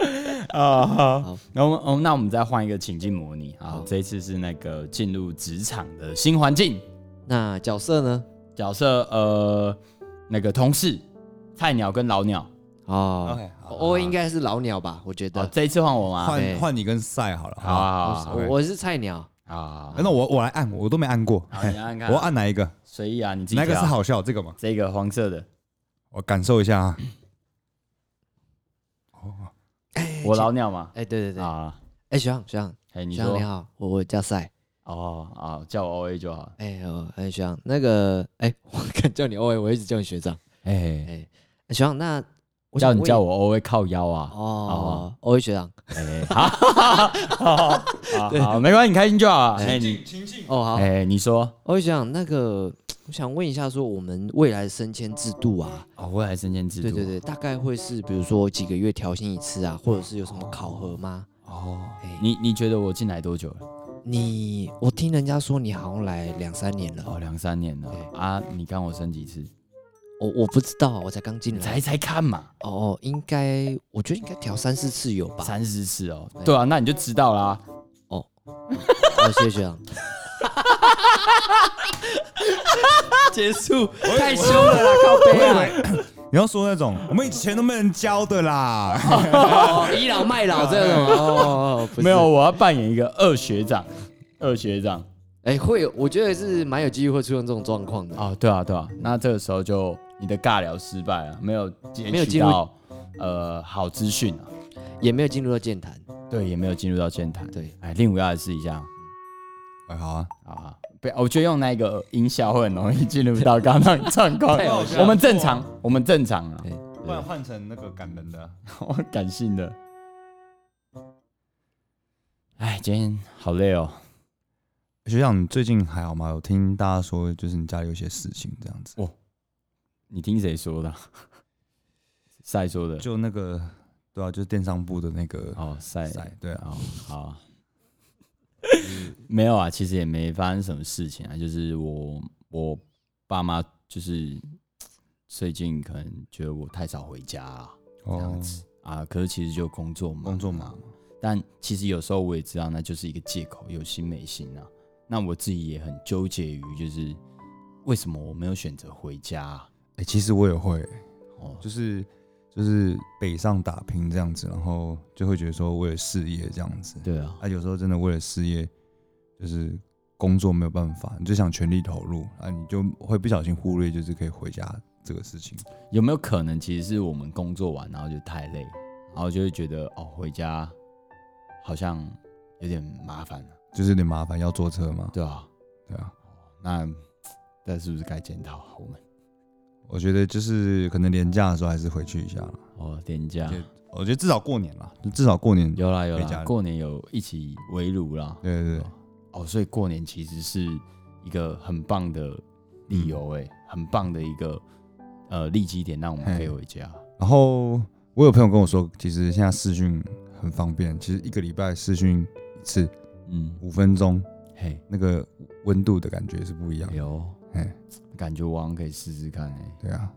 哎，
啊。好
好，
然后哦，那我们再换一个情境模拟啊
好，
这一次是那个进入职场的新环境，
那角色呢？
角色呃那个同事菜鸟跟老鸟，
哦
OK，好
我应该是老鸟吧，我觉
哦
得，。
这一次换我吗？
哎
换换你跟赛好了。
好啊好啊
我
好
我我是菜鸟，
好啊，
哎那我我来按，我都没按过。哎
好你按看
我按哪一个？
随意啊，你自己
哪个是
挑
好笑？这个吗？
这个黄色的，
我感受一下啊。
我老鸟嘛
哎，对对对，
啊，
哎，学长学长
哎
学
你
长
说
你好，我我叫赛，
哦啊，叫我 O A 就好了。
哎哦哎学长，那个哎，我敢叫你 O A，我一直叫你学长，
哎，
哎哎学长，那我
叫
想
你
问
叫我 O A 靠腰啊。
哦，O A 学长，
哎，好，好，好，好，没关系，你开心就好。哎，你，
哦好，
哎，你说，
我想那个，我想问一下，说我们未来的升迁制度啊，
哦，未来升迁制度，
对对，对，大概会是比如说几个月调薪一次啊，或者是有什么考核吗？
哦
哎，
你你觉得我进来多久了？
你，我听人家说你好像来两三年了，
哦，两三年了
对
啊！你看我升几次？
我哦我不知道，我才刚进
你
来
猜，猜看嘛，
哦哦，应该，我觉得应该调三四次有吧。
三十次哦。
对
对啊，那你就知道啦。
哦，谢谢学长，
结束，
太
羞了啦，靠背啊！
你要说那 [LAUGHS] 种我们以前都没人教的啦。
[LAUGHS]
[LAUGHS]
哦，倚老卖老这种，哦哦，哦不是
没有，，我要扮演一个二学长，二学长。
哎，会有，我觉得是蛮有机会会出现这种状况的。
哦，对啊，对啊，那这个时候就你的尬聊失败了，没有
没
截
有
取
进入
到呃好资讯啊，
也没有进入到健谈，
对，也没有进入到健谈。
对，
哎，令武要来试一下，
哎，好啊，
好好，不要，我觉得用那个音效会很容易进入到刚刚那个状况
太好笑。了
我们正常，我们正常啊，
对
不然换成那个感人的。啊
我感性的。哎，今天好累哦，
学长，你最近还好吗？有听大家说，就是你家里有些事情这样子，
你听谁说的 [LAUGHS] 啊？赛说的
就那个对啊，就是电商部的那个
哦，赛
赛，对啊，
哦，好， [LAUGHS] 没有啊，其实也没发生什么事情啊，就是我我爸妈就是最近可能觉得我太少回家啊，这样
哦，
子、啊，可是其实就工作嘛，
工作嘛，
但其实有时候我也知道那就是一个借口，有心没心啊。那我自己也很纠结于就是为什么我没有选择回家啊、
哎，其实我也会，
哦，
就是就是北上打拼这样子，然后就会觉得说为了事业这样子，
对啊，
啊，有时候真的为了事业，就是工作没有办法，你就想全力投入啊，你就会不小心忽略就是可以回家这个事情。
有没有可能其实是我们工作完然后就太累，然后就会觉得哦回家好像有点麻烦、啊，
就是有点麻烦，要坐车嘛。
对啊，
对啊，
那那是不是该检讨啊我们？
我觉得就是可能年假的时候还是回去一下啦。
哦，廉价
就我觉得至少过年啦，就至少过年。对
有啦有
回家
啦，
了
过年有一起围炉啦，
对对，
哦，所以过年其实是一个很棒的理由、欸，很棒的一个呃利基点，让我们可以回家。
然后我有朋友跟我说，其实现在视讯很方便，其实一个礼拜视讯一次
嗯，
五分钟，
嘿，
那个温度的感觉是不一样的。
有，
哎，
嗯感觉我好像可以试试看、欸，哎、
对啊，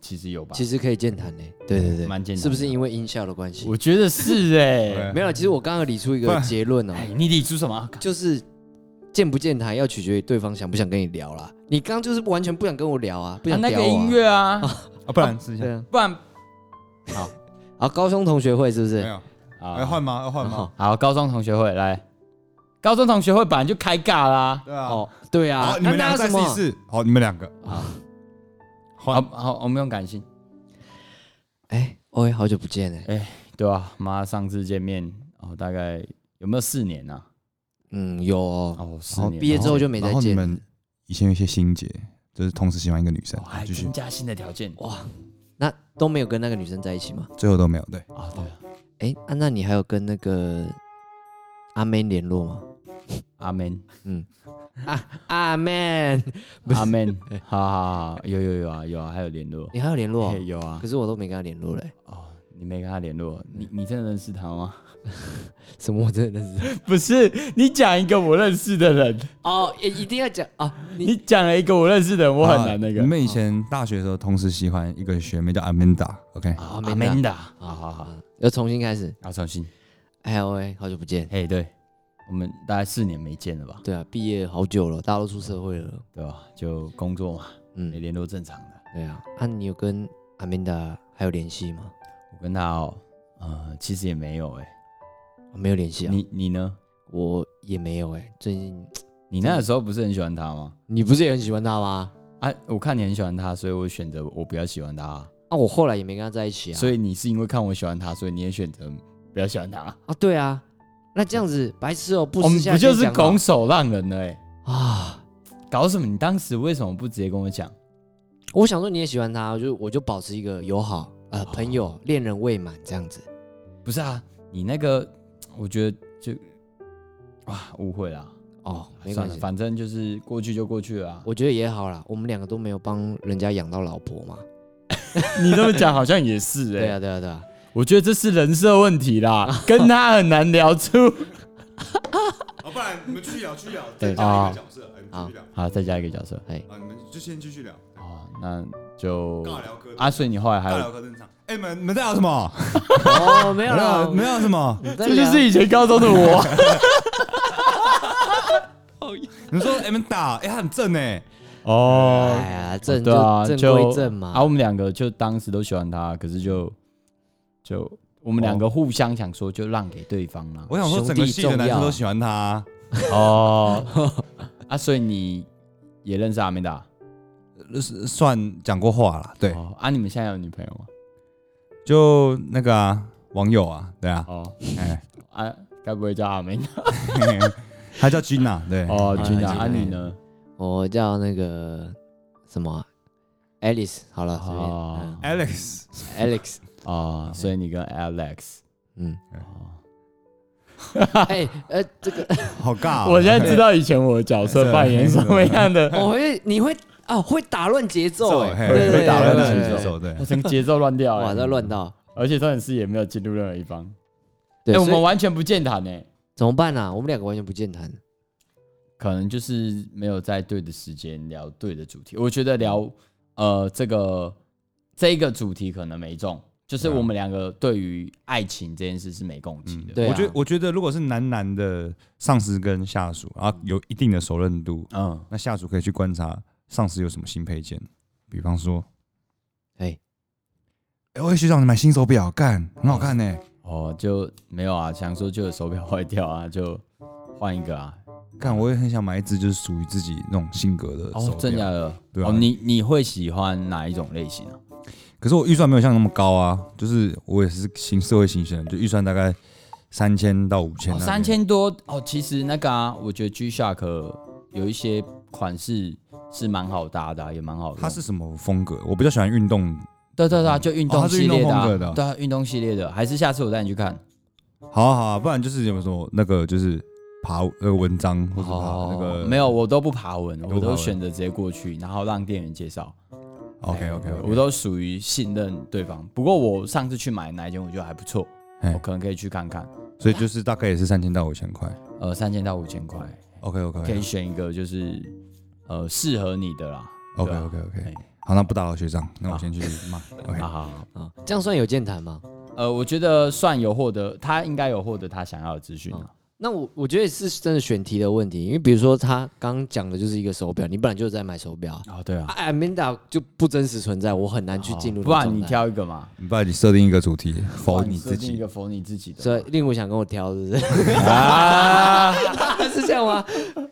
其实有吧，
其实可以健谈嘞，对对对，
蛮健谈的
是不是因为音效的关系？
我觉得是哎、
对
[LAUGHS] 没有，其实我刚刚有理出一个结论哦，
哎，你理出什么？
就是见不见台要取决于对方想不想跟你聊啦。你刚刚就是完全不想跟我聊啊，不
啊
想
那
聊我
个
啊、
音乐啊，
[LAUGHS]
啊，不然试一下
对，啊。
不然
好，啊高中同学会是不
没
哦是？
有，要
啊，
换吗？要换吗？
好
好，高中同学会来，高中同学会本来就开尬啦。
对啊，
哦，对啊
好，，你们两
那
个再
那什
试一
么？啊
试，好，你们两个
好，
好
换，
好，我们用感性。
哎，欧耶，好久不见哎，
对啊，妈，上次见面哦，大概有没有四年啊？
嗯，有哦，
哦，四
哦
年。
毕业之后就没
然
再
后你
见了。
们以前有一些心结，就是同时喜欢一个女生
哦，还
继续
增加新的条件
哇，那都没有跟那个女生在一起吗？
最后都没有，对，
啊！对啊，
哎、啊，那你还有跟那个阿妹联络吗？
阿门，
阿妹，不是
阿
[LAUGHS]
门，好好好，有有有啊有啊，还有联络，
你还有联络哦、
嘿有啊
可，是嗯我都没跟她联络嘞、
哦，你没跟他联络，你你真的认识他吗？ [LAUGHS]
什么我真的认识？
不是，你讲一个我认识的人，
哦，一一定要讲啊！
你讲了一个我认识的人，我很难那
啊
个
你。们以前大学的时候同时喜欢一个学妹叫 Amanda，OK，
啊
阿
阿
门
门的，好好好，
要重新开始。
要重新。
哎呀喂，好久不见。
嘿，对，我们大概四年没见了吧？
对啊，毕业好久了，大家都出社会了。
对吧？就工作嘛，没
嗯，
联络正常的。
对啊。啊，你有跟阿明达还有联系吗？
我跟他哦，呃，其实也没有哎、
啊没有联系啊，
你你呢？
我也没有哎、最近
你那个时候不是很喜欢他吗？
你不是也很喜欢他吗？
啊，我看你很喜欢他，所以我选择我不要喜欢他、
啊，我后来也没跟他在一起啊。
所以你是因为看我喜欢他，所以你也选择不要喜欢他。
啊，对啊，那这样子白痴哦、不
嗯我
私
们
下
不就
先
是
讲好
拱手让人了、欸？
啊？
搞什么？你当时为什么不直接跟我讲？
我想说你也喜欢他，我就我就保持一个友好呃
哦
朋友恋人未满这样子。
不是啊，你那个，我觉得就哇误会啦，
哦，没
算
关
了，
系，
反正就是过去就过去了、啊。
我觉得也好啦，我们两个都没有帮人家养到老婆嘛。
你这么讲好像也是哎、
对啊，对啊，对啊。
我觉得这是人设问题啦， [LAUGHS] 跟他很难聊出。
好，哦不然你们继续聊，继续聊，
对
啊
角色，哎你们
好
聊，
[LAUGHS] 好，再加一个角色。
哎
[LAUGHS]
啊，你们就先继续聊，
哦，那就
聊歌
啊
阿水，你后来还有，
课登场。哎，你们你们在聊什么？
哦，没有啦，
没有什么。
这
这就是以前高中的 [LAUGHS] 我。哦
你说 Amanda，哎，她很正哎，
哦，
哎呀，正
对啊，
就正
就
归正嘛。
啊，我们两个就当时都喜欢他，可是就就我们两个互相想说，就让给对方啦。
我想说整个系的男生都喜欢她，
哦，啊，所以你也认识阿美达？
呃是算讲过话啦，对，
哦啊，你们现在有女朋友吗？
就那个啊，网友啊，对啊，
哦，
哎，
啊，该不会叫阿美达？
她叫 Gina，对，
哦，
啊
君雅，
君
啊，
雅
你呢？
我叫那个什么啊 Alice，好了，随便
哦
嗯
Alex，
Alex，
哦，所以你跟 Alex。
嗯，
哦
哎，呃，这个
好尬哦，
我现在知道以前我的角色扮演什么样
[LAUGHS]
的，
我会你会啊会打乱节奏
奏，
哎，
嘿
对对
会打乱
对
节
对
奏
对
手，对
我，整个节奏乱掉
哇，
了，
这乱到。
而且重点是也没有进入任何一方。
对，
哎，我
所以
们完全不健谈欸呢，
怎么办啊？我们两个完全不健谈。
可能就是没有在对的时间聊对的主题。我觉得聊呃这个这一个主题可能没中，就是
对啊嗯
我们两个对于爱情这件事是没共情的。
对啊
我觉得我觉得如果是男男的上司跟下属，然后有一定的熟认度，
嗯，
那下属可以去观察上司有什么新配件，比方说，
哎，
哎、喂学长，你买新手表，干很好看呢、
哦，就没有啊，想说就有手表坏掉啊，就换一个啊。
干我也很想买一只就是属于自己那种性格的手
哦
表，，
真假的？
对啊
哦，你你会喜欢哪一种类型啊？
可是我预算没有像那么高啊，就是我也是新社会新鲜人，就预算大概三千到五千、
哦，三。千多哦，其实那个啊，我觉得 G Shock 有一些款式是蛮好搭的啊、也蛮好用。
它是什么风格？我比较喜欢运动。
对对对啊、就运
哦
动
它是
系列啊
运动风格的啊
对啊，运动系列的，还是下次我带你去看。
好啊好啊，不然就是有什么那个就是爬那个文章或者爬那个
哦没有，我都不爬文，
不爬
我
文
都选择直接过去，然后让店员介绍。哎
OK OK，
我都属于信任对方。不过我上次去买那一间，我觉得还不错，
哎
我可能可以去看看。
所以就是大概也是三千到五千块。
呃，三千到五千块，
OK OK
可以选一个就是呃适合你的啦。
OK
对啊
OK OK，
哎
好，那不打扰学长，那我先去骂。OK，
好好好。
啊，这样算有健谈吗？
呃，我觉得算有获得，他应该有获得他想要的资讯、啊
哦那我我觉得是真的选题的问题，因为比如说他刚刚讲的就是一个手表，你本来就在买手表
嗯
啊
哦，对啊，
啊，Amanda 就不真实存在，我很难去进入
哦
那
不然
状
你
态，
挑一个嘛，
你把你设定一个主题，否
帮
你自
设定一
己
个否哦你自己的嘛，
所以令我想跟我挑，是不是？ [LAUGHS]
[LAUGHS]
啊
是这样吗？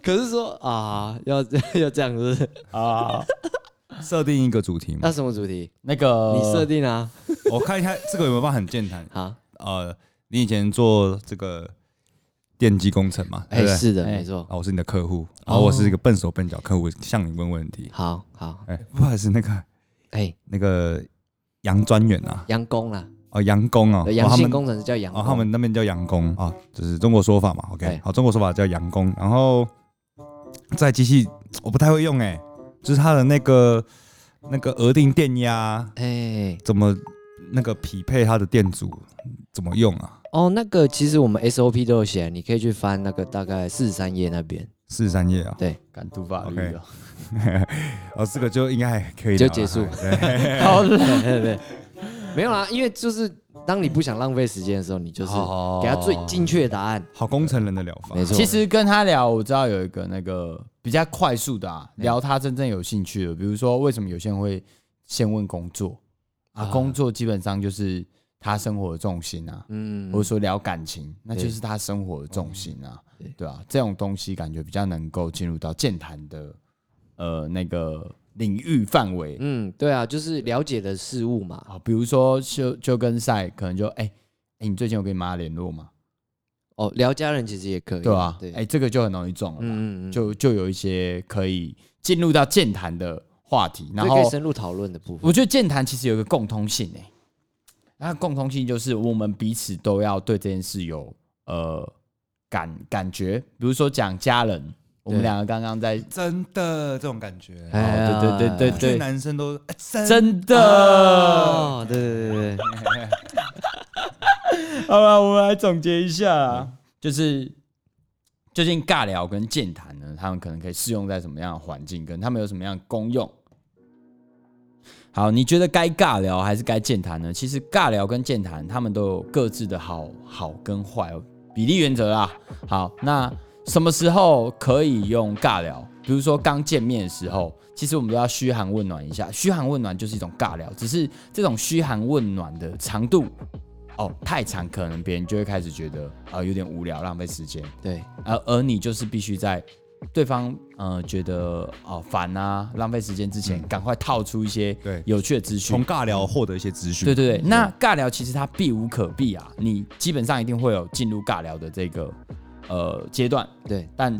可是说啊，要 [LAUGHS] 要这样是不是？
啊，
设定一个主题
那
嘛？
什么主题？
那个
你设定啊？
呃
我看一下这个有没有办法很健谈。
好，
呃，你以前做这个电机工程嘛？对
哎
不，对？
是的，
哎
没错。
啊，我是你的客户，然后我是一个笨手笨脚客户，向你问问题。
好好，
哎，不好意思，那个
哎，
那个杨专员啊，
杨工啦，
哦，杨工哦，哦
对阳
他
性
们
工程哦师叫杨
哦
工，，
他们那边叫洋工啊，这是中国说法嘛
对
？OK，好，中国说法叫洋工。然后在机器我不太会用哎、就是它的那个那个额定电压
哎，
怎么那个匹配它的电阻怎么用啊？
哦，那个其实我们 SOP 都有写，你可以去翻那个大概四十三页那边，
四十三页啊，
敢读法律
OK
哦，
哦，这个就应该还可以
就
聊了哎
结束
对 [LAUGHS]
好嘞，对对， [LAUGHS] 没有啦，因为就是当你不想浪费时间的时候，你就是
好
给他最精确的答案，
好工程人的疗法
没。错。
其实跟他聊，我知道有一个那个比较快速的啊，
嗯
聊他真正有兴趣的，比如说为什么有些人会先问工作啊，
啊
工作基本上就是他生活的重心啊，
嗯
或者说聊感情，那
对嗯
就是他生活的重心啊
对，
对啊，这种东西感觉比较能够进入到健谈的呃那个领域范围
嗯，对啊，就是了解的事物嘛。
啊，比如说就就跟赛可能就哎哎，你最近有跟你妈联络吗？
哦，聊家人其实也可以，啊
对吧？
对，
哎，这个就很容易中了吧。
嗯嗯嗯，
就就有一些可以进入到健谈的话题。然
所以可以
后
深入讨论的部分。
我觉得健谈其实有一个共通性诶、欸那共通性就是我们彼此都要对这件事有呃感感觉，比如说讲家人，我们
对
两个刚刚在
真的这种感觉，
哎呀
哦对对对对
我觉得男生都哎真
真的，
呃哦，对对对对，
[LAUGHS] 好吧，我们来总结一下啊，就是究竟尬聊跟健谈呢，他们可能可以适用在什么样的环境，跟他们有什么样的功用？好，你觉得该尬聊还是该健谈呢？其实尬聊跟健谈，他们都有各自的好好跟坏哦比例原则啦。好，那什么时候可以用尬聊？比如说刚见面的时候，其实我们都要嘘寒问暖一下。嘘寒问暖就是一种尬聊，只是这种嘘寒问暖的长度哦太长，可能别人就会开始觉得啊、有点无聊，浪费时间。
对
而而你就是必须在对方呃觉得哦烦啊浪费时间之前，赶快套出一些
嗯对
有趣的资讯
从。尬聊获得一些资讯。
对对对，那尬聊其实它避无可避啊，你基本上一定会有进入尬聊的这个呃阶段，
对，
但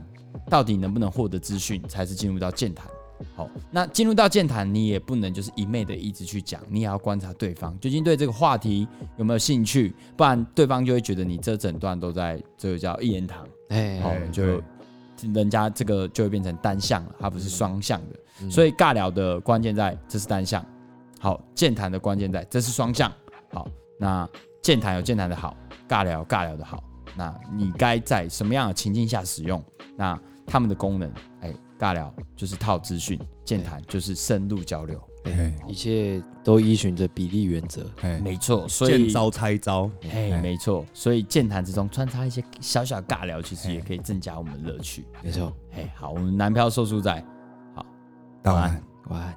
到底能不能获得资讯，才是进入到健谈。好，那进入到健谈，你也不能就是一昧的一直去讲，你也要观察对方究竟对这个话题有没有兴趣，不然对方就会觉得你这整段都在这个叫一言堂，
哎，
好
对
就人家这个就会变成单向了，它不是双向的。
嗯
所以尬聊的关键在这是单向，好，健谈的关键在这是双向，好，那健谈有健谈的好，尬聊有尬聊的好，那你该在什么样的情境下使用？那他们的功能，哎，尬聊就是套资讯，健谈就是深入交流，
哎
一切都依循着比例原则。
哎，
没错，所
见
以。
招拆招，
哎，
哎
没错，所以健谈之中穿插一些小小的尬聊，其
哎
实也可以增加我们的乐趣。
没错，
哎，好，我们男票受书仔，
当然。
晚安。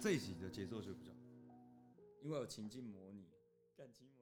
这一集的节奏就比较。
因为有情境模拟，感情模拟。